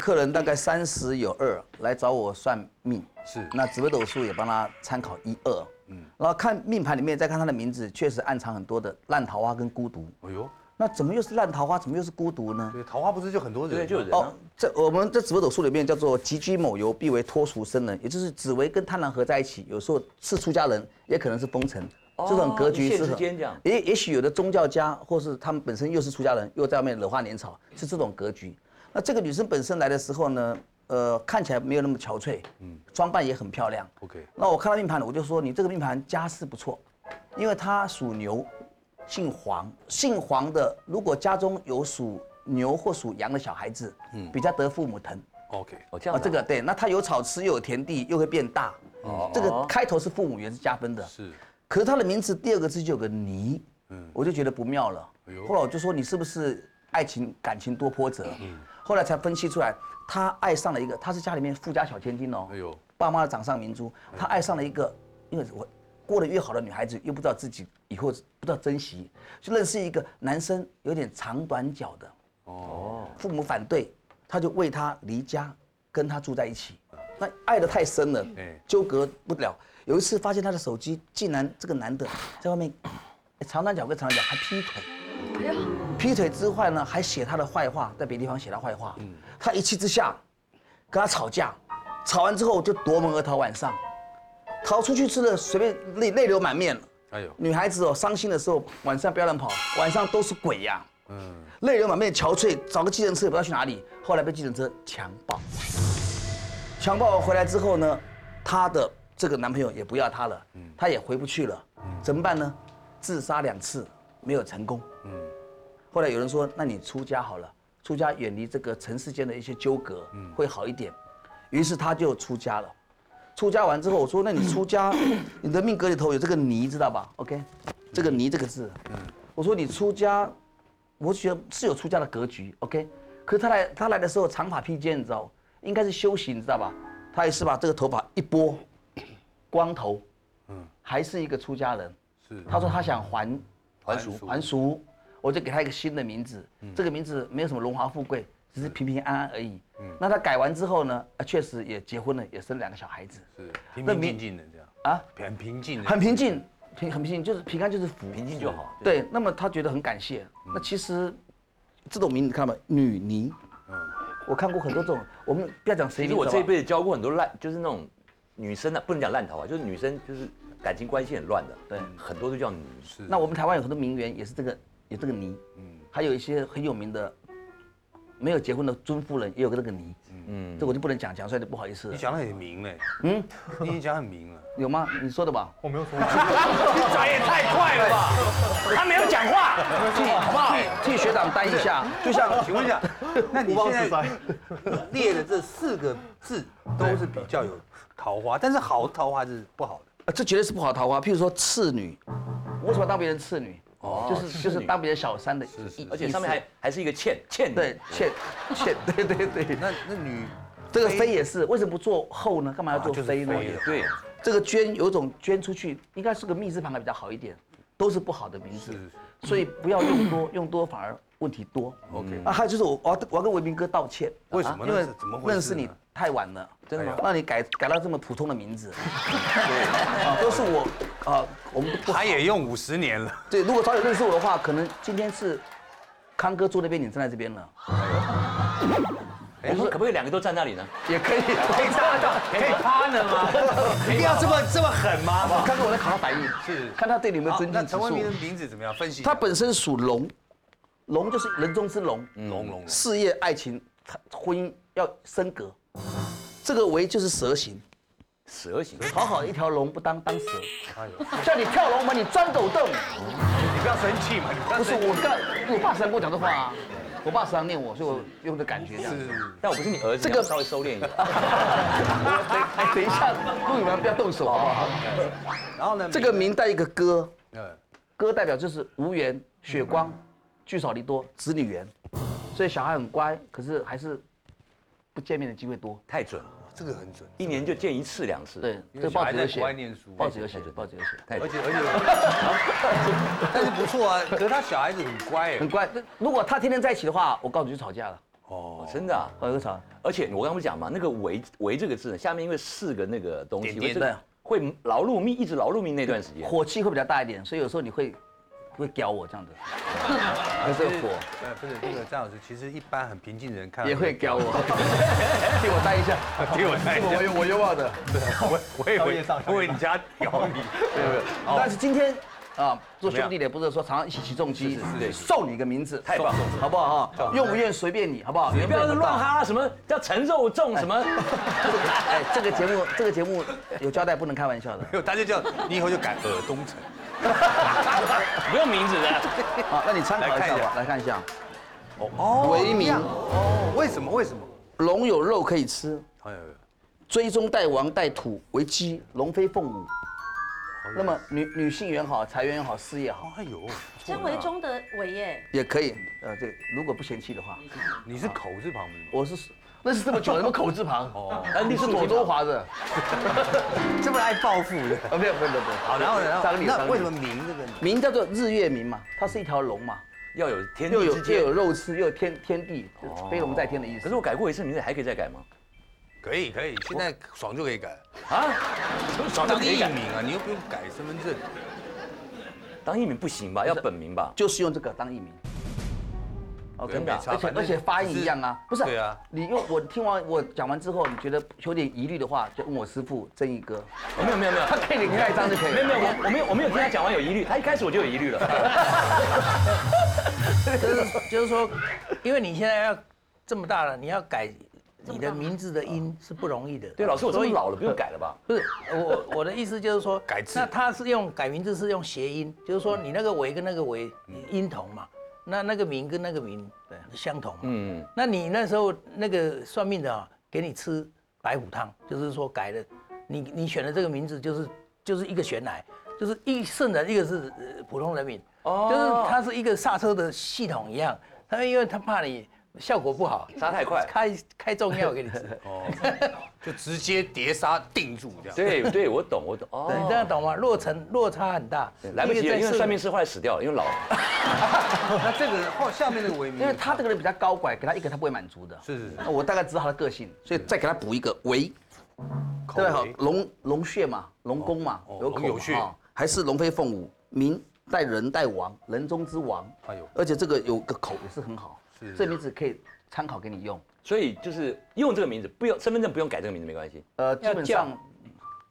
客人大概三十有二来找我算命，是那紫微斗数也帮他参考一二，嗯，然后看命盘里面再看他的名字，确实暗藏很多的烂桃花跟孤独。哎呦，那怎么又是烂桃花？怎么又是孤独呢？对，桃花不是就很多人，对，就有人哦啊，，这我们这紫微斗数里面叫做吉居某由，必为脱俗生人，也就是紫薇跟贪婪合在一起，有时候是出家人，也可能是风尘，哦这种格局一线是之很间这样也也许有的宗教家，或是他们本身又是出家人，又在外面惹花捻草，是这种格局。那这个女生本身来的时候呢，呃，看起来没有那么憔悴，嗯，装扮也很漂亮。 OK 那我看到命盘了，我就说你这个命盘家世不错，因为她属牛，姓黄，姓黄的如果家中有属牛或属羊的小孩子，嗯，比较得父母疼。 OK，哦这哦，样这这个个对，那它有草吃，又有田地，又会变大。哦，这个开头是父母也是加分的。是可是他的名字第二个字就有个泥，嗯，我就觉得不妙了。哎后来我就说你是不是爱情感情多波折？嗯后来才分析出来，他爱上了一个，他是家里面富家小千金哦，哎呦哎爸妈的掌上明珠，他爱上了一个，因为我过得越好的女孩子，又不知道自己以后不知道珍惜，就认识一个男生有点长短脚的，哦，父母反对，他就为他离家，跟他住在一起。那爱得太深了哎，纠葛不了。有一次发现他的手机，竟然这个男的在外面哎长短脚跟长短脚还劈腿，劈腿之外呢，还写他的坏话，在别的地方写他坏话。他一气之下跟他吵架，吵完之后就夺门而逃。晚上逃出去吃了，随便泪泪流满面了。哎呦，女孩子哦，伤心的时候晚上不要乱跑，晚上都是鬼呀、嗯，泪流满面，憔悴，找个计程车也不知道去哪里，后来被计程车强暴。强暴完回来之后呢，她的这个男朋友也不要她了，她也回不去了，怎么办呢？自杀两次没有成功。后来有人说，那你出家好了，出家远离这个尘世间的一些纠葛，会好一点。于是她就出家了。出家完之后，我说，那你出家，你的命格里头有这个泥，知道吧？OK，这个泥这个字，我说你出家我觉得是有出家的格局，OK。可是他来他来的时候长发披肩，你知道，应该是修行，你知道吧？他也是把这个头发一拨，光头，嗯，还是一个出家人。是他说他想还还俗还俗，我就给他一个新的名字。这个名字没有什么荣华富贵，只是平平安安而已。嗯那他改完之后呢，啊确实也结婚了，也生了两个小孩子是平那平民静静的这样啊，很平静的，很平静，平很平静，就是平安就是福，平静就好。嗯对，那么他觉得很感谢。那其实这种名字看到没？女尼，我看过很多这种，我们不要讲谁嗯其名实字我吧这一辈子交过很多烂，就是那种女生呢，啊不能讲烂桃花，就是女生就是感情关系很乱的，对很多都叫女。是那我们台湾有很多名媛也是这个有这个尼，嗯还有一些很有名的没有结婚的尊夫人也有个这个尼，嗯，这我就不能讲，讲出来就不好意思了你。讲的很明嘞，嗯，你已经讲很明了，有吗？你说的吧？我没有说，你转也太快了吧！他没有讲话，好不好？啊替替学长担一下，就像，请问一 下，那你忘现自在在 列的这四个字都是比较有桃花，但是好桃花是不好的，啊这绝对是不好的桃花。譬如说次女，我为什么要当别人次女？哦，就是就是当别人小三的意思，而且上面还还是一个欠欠 你。对欠欠，对对对。那那女这个飞也是，为什么不做后呢？干嘛要做啊就是飞呢？飞对，这个捐有种捐出去，应该是个密字旁还比较好一点，都是不好的名字，是所以不要用多，用多反而问题多。 OK 啊，还有就是我我要我要跟文明哥道歉，啊为什么呢因为是怎么回事呢认识你太晚了，真的吗哎呀让你改改到这么普通的 名字，啊都是我啊，我们不他也用五十年了，对，如果早点认识我的话，可能今天是康哥坐那边，你站在这边了，哎我们可不可以两个都站那里呢？也可以，可以站到，可以趴着吗？一定要这么这么狠吗？ 看看我的卡反应，是看他对你们好尊那敬指陈文明的数。名字怎么样？分析一下他本身属龙，龙就是人中之龙，龙龙龙事业、爱情、他婚姻要升格。这个为就是蛇形，蛇形，好好一条龙不当当蛇，哎呦叫你跳龙门你钻狗洞。你不要生气嘛，你不要不是生气。我干，我爸时常跟我讲这话啊，我爸时常念我，所以我用的感觉这样。但我不是你儿子，这这个个稍微收敛一点。 等等一下，陆羽凡不要动手好不好？然后呢？这个明代一个歌，呃，歌代表就是无缘、血光、聚少离多、子女缘，所以小孩很乖，可是还是不见面的机会多。太准了，这个很准，一年就见一次两次。对，这因为个小报孩纸在有国外写，念书，报纸有写，报纸有写，太而准且了。而且，但是不错啊。可是他小孩子很乖哎嗯很，乖。那如果他天天在一起的话，我告诉你就吵架了。哦，真的啊。哦，有个草，而且我刚刚不是讲嘛，那个围围这个字呢，下面因为四个那个东西，点会点这个会劳碌命，一直劳碌命那段时间。火气会比较大一点，所以有时候你会会屌我 这样子，有时候火呃，不是这个张老师，其实一般很平静的人看到也 会屌我， 替我带一下，给我看一这个 我下，有我有我的。我我也到会夜上，我为你家屌你， 对不对？但是今天啊，做兄弟的不是说常常一起起重机是是，对送你一个名字，太棒了好不好啊？用不用随便你，好不好？你不要缘分乱到。哈什么叫承肉粽什么， 哎，这个节目，这个节目有交代，不能开玩笑的。没有，他就叫你以后就改尔东城，不用名字的。好，那你参考一下吧，来看一下，哦为民一样哦，为什么为什么？龙有肉可以吃，哎呦，追踪代王代土为鸡，龙飞凤舞。那么女女性缘好，财源也好，事业好哎呦，真为中的为耶，也可以。呃，对，如果不嫌弃的话，你是口字旁不是我吗？是那是这么 久，什么口字旁？哦哦，你是左周 华的？啊这么爱报复的。啊，没有没有没有。好好，然后呢？然后张力那张力为什么明这个呢？名叫做日月明嘛，它是一条龙嘛，要有天又地有之又有间。肉吃，又有天天地，哦飞龙在天的意可思是。我改过一次名字，还可以再改吗？可以可以，现在爽就可以改，啊，爽当当艺艺名名，啊，你又不用改身份证。当艺名不行吧？要本名吧？就是用这个当艺名。哦，对真的啊，没差而且反正而且发音只是一样啊，不是？对啊你用我听完我讲完之后，你觉得有点疑虑的话，就问我师傅正义哥，哦没有没有没有他。给你盖章就可以了。没有没有， 我我没有我没有听他讲完有疑虑，他一开始我就有疑虑了。就是就是说，因为你现在要这么大了，你要改你的名字的音是不容易的。对，老师我这 所么以老了，不用改了吧？不是我我我的意思就是说，改字那他是用改名字是用谐音，就是说嗯你那个尾跟那个尾音同嘛，那那个名跟那个名相同嘛。嗯，那你那时候那个算命的啊，给你吃白虎汤，就是说改的，你你选的这个名字就是就是一个悬崖，就是一圣人，一个是呃普通人民，哦就是它是一个刹车的系统一样，他因为他怕你效果不好，刹太快哦开开中药 给你吃，就直接碟刹定住这样。对对，我懂我懂。哦你这样懂吗？落成落差很大，来不及一了，个在因为社算命师后来死掉了，因为老了。那这个后下面那个为名，因为他这个人比较高拐，给他一个他不会满足的。是是是那我大概知道他的个性，所以再给他补一个为，口对好为，龙龙穴嘛，龙宫嘛，哦有龙口有嘛穴啊还是龙飞凤舞，名带人带王，人中之王。哎呦而且这个有个口也是很好，是这名字可以参考给你用。所以就是用这个名字，不用身份证不用改这个名字没关系。呃，基要本叫上，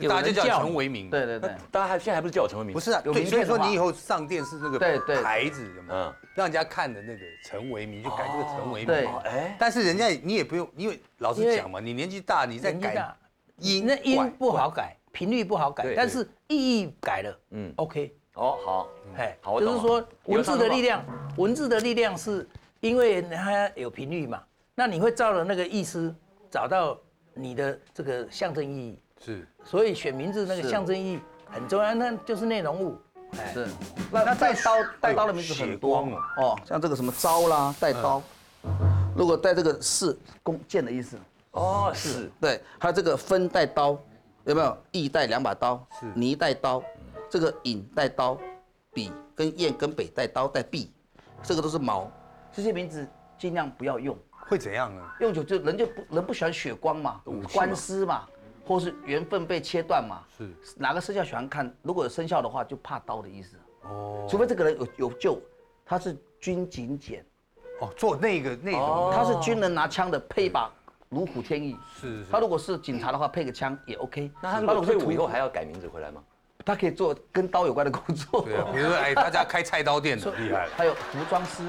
就大家就叫有人叫陈为民。对对对，大家还现在还不是叫我成为名不字？是啊，有对，名所以片的说话你以后上电视那个对对牌子有没有嗯？让人家看的那个陈为民，就改这个陈为民。对哦哎，但是人家你也不用，因为老因师为讲嘛，你年纪大，你再人家改大音，那怪音不好改，频率不好对改对，但是意义改了，嗯嗯，OK。哦好，哎好我，懂就了是说文字的力量，文字的力量是因为它有频率嘛，那你会照着那个意思找到你的这个象征意义，是。所以选名字那是个象征意义很重要，那就是内容物。哎是。那那带刀带刀的名字血很多光哦嗯哦，像这个什么招啦，带刀，如果带这个是弓箭的意思，哦是，对，还有这个分带刀，有没有？义带两把刀，是泥带刀，这个引带刀，笔跟砚跟北带刀带匕，这个都是毛，这些名字尽量不要用，会怎样啊呢？用久就人就不人不喜欢血光嘛，官司嘛，或是缘分被切断嘛，是哪个生肖喜欢看？如果有生肖的话，就怕刀的意思，哦除非这个人有有救，他是军警检，哦，做那个那种哦他是军人拿枪的，配一把如虎添翼。是是他如果是警察的话，配个枪也 OK。那他如果是退伍以徒后还要改名字回来吗？他可以做跟刀有关的工作，对啊，比如说哎，大家开菜刀店 的厉害了， 还有服装师、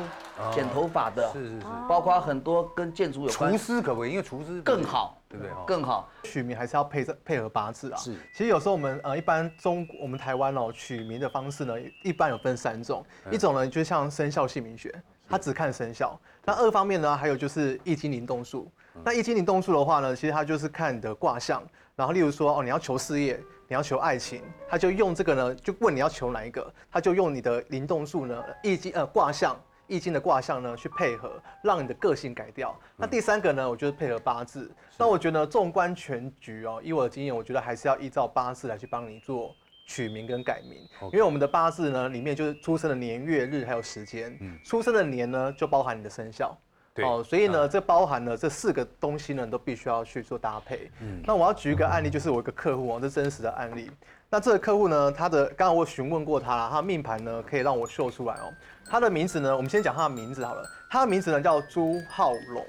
剪头发的，是是是，包括很多跟建筑有关厨，师可不可以？因为厨师更好，对不哦对更好。取名还是要配这配合八字啊。是，其实有时候我们呃，一般中我们台湾哦，取名的方式呢，一般有分三种，一种呢就像生肖姓名学，它只看生肖；那二方面呢，还有就是易经灵动术。那易经灵动术的话呢，其实它就是看你的卦象，然后例如说哦，你要求事业，你要求爱情，他就用这个呢，就问你要求哪一个，他就用你的灵动术呢，易经呃卦象。易经的卦象呢去配合，让你的个性改掉。那第三个呢，我就是配合八字。那我觉得纵观全局哦，以我的经验，我觉得还是要依照八字来去帮你做。取名跟改名，因为我们的八字呢，里面就是出生的年月日还有时间。出生的年呢，就包含你的生肖。对啊哦，所以呢，这包含了这四个东西呢，你都必须要去做搭配。嗯那我要举一个案例，就是我一个客户哦，这真实的案例。那这个客户呢，他的刚刚我询问过他啦，他的命盘呢可以让我秀出来哦。他的名字呢，我们先讲他的名字好了，他的名字呢叫朱浩龙。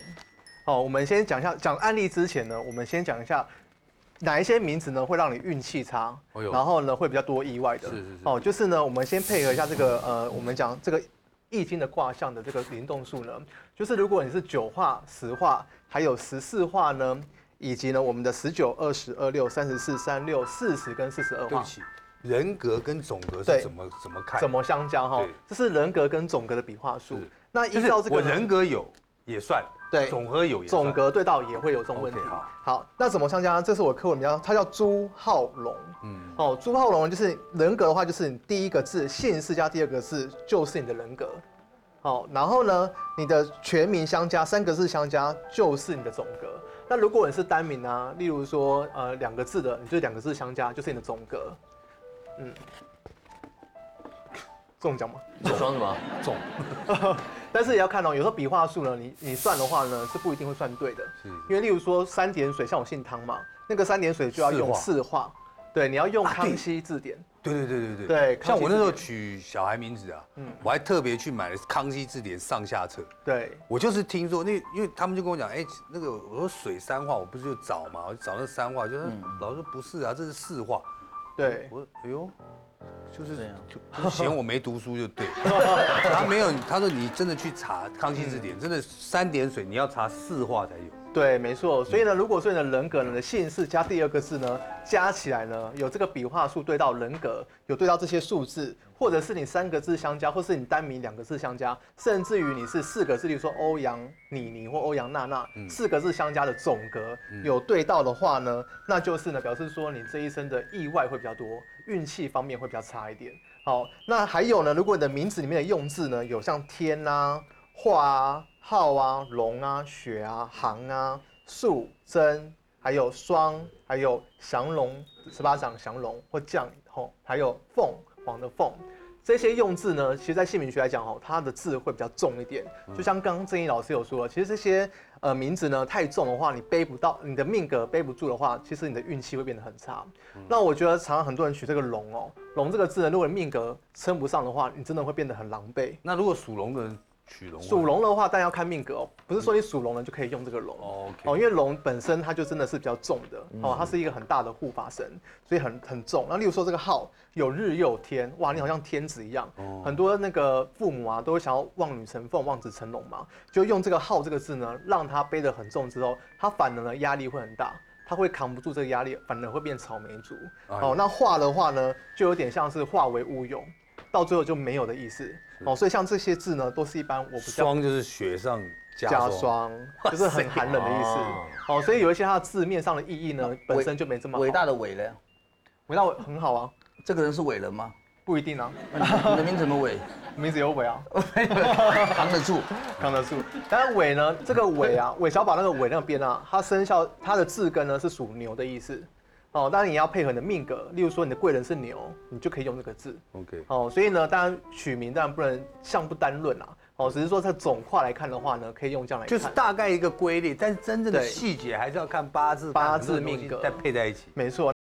哦，我们先讲一下讲案例之前呢，我们先讲一下哪一些名字呢会让你运气差，哎呦然后呢会比较多意外的。是是是哦，就是呢，我们先配合一下这个呃，我们讲这个易经的卦象的这个灵动数呢，就是如果你是九化、十化，还有十四化呢，以及呢我们的十九、二十二六、三十四、三六、四十跟四十二对化不。起，人格跟总格是对怎么怎么看？怎么相加哈对？这是人格跟总格的笔画数是。那就依是照这个我呢人格有也算，对总和有也算总格对到也会有这种问题。 OK，好那怎么相加呢？这是我课文名叫，它叫朱浩龙。嗯嗯，哦，朱浩龙就是人格的话，就是你第一个字姓氏加第二个字就是你的人格。好，然后呢，你的全名相加，三个字相加就是你的总格。那如果你是单名啊，例如说呃两个字的，你就两个字相加就是你的总格。嗯，中奖吗？你装什么？但是也要看哦，有时候笔画数呢，你你算的话呢，是不一定会算对的。是因为例如说三点水，像我姓汤嘛，那个三点水就要四用画四画，对，你要用啊对康熙字典，对对对对对康像熙我那时候字典嗯取小孩名字啊，我还特别去买了《康熙字典》上下册。对，我就是听说，那因为他们就跟我讲，哎、那个我说水三画，我不是就找嘛，我就找那三画，就是嗯老师说不是啊，这是四画。对我说哎呦，就是对啊就就嫌我没读书就 对。他没有，他说你真的去查《康熙字典》，真的三点水你要查四画才有。对，没错。所以呢，如果说你的人格呢，你的姓氏加第二个字呢，加起来呢，有这个笔画数对到人格，有对到这些数字，或者是你三个字相加，或是你单名两个字相加，甚至于你是四个字，例如说欧阳妮妮或欧阳娜娜，四个字相加的总格有对到的话呢，那就是呢，表示说你这一生的意外会比较多，运气方面会比较差一点。好，那还有呢，如果你的名字里面的用字呢，有像天啊、化啊、浩啊、龙啊、雪啊、行啊、树、真，还有双，还有降龙、十八掌降龙或将吼，还有凤凰的凤。这些用字呢，其实，在姓名学来讲哦，它的字会比较重一点。就像刚刚郑毅老师有说了，其实这些呃名字呢太重的话，你背不到，你的命格背不住的话，其实你的运气会变得很差。那我觉得常常很多人取这个龙哦，龙这个字呢，如果你命格撑不上的话，你真的会变得很狼狈。那如果属龙的人取龙，属龙的话，但要看命格哦，不是说你属龙人就可以用这个龙哦，OK 嗯哦，因为龙本身它就真的是比较重的哦，它是一个很大的护法神，所以很很重。那例如说这个号有日又有天，哇，你好像天子一样，哦很多那个父母啊都会想要望女成凤、望子成龙嘛，就用这个号这个字呢，让他背得很重之后，他反而呢压力会很大。他会扛不住这个压力，反而会变草莓族。哎哦，那化的话呢，就有点像是化为乌有，到最后就没有的意思。哦，所以像这些字呢，都是一般我比较双就是雪上加加霜。霜，就是很寒冷的意思。哦，所以有一些它的字面上的意义呢，本身就没这么好。伟大的伟人，伟大很好啊，这个人是伟人吗？不一定啊，那你你的名怎么伟？名字有伟啊，扛得住。扛得住。但是伟呢，这个伟啊，韦小宝那个伟那个边啊，它生肖它的字根呢是属牛的意思。哦，当然你要配合你的命格，例如说你的贵人是牛，你就可以用这个字。 OK，哦，所以呢，当然取名当然不能相不单论啦、哦，只是说在总卦来看的话呢，可以用这样来看。就是大概一个规律，但是真正的对细节还是要看八字、八看很多字命东西格再配在一起。没错，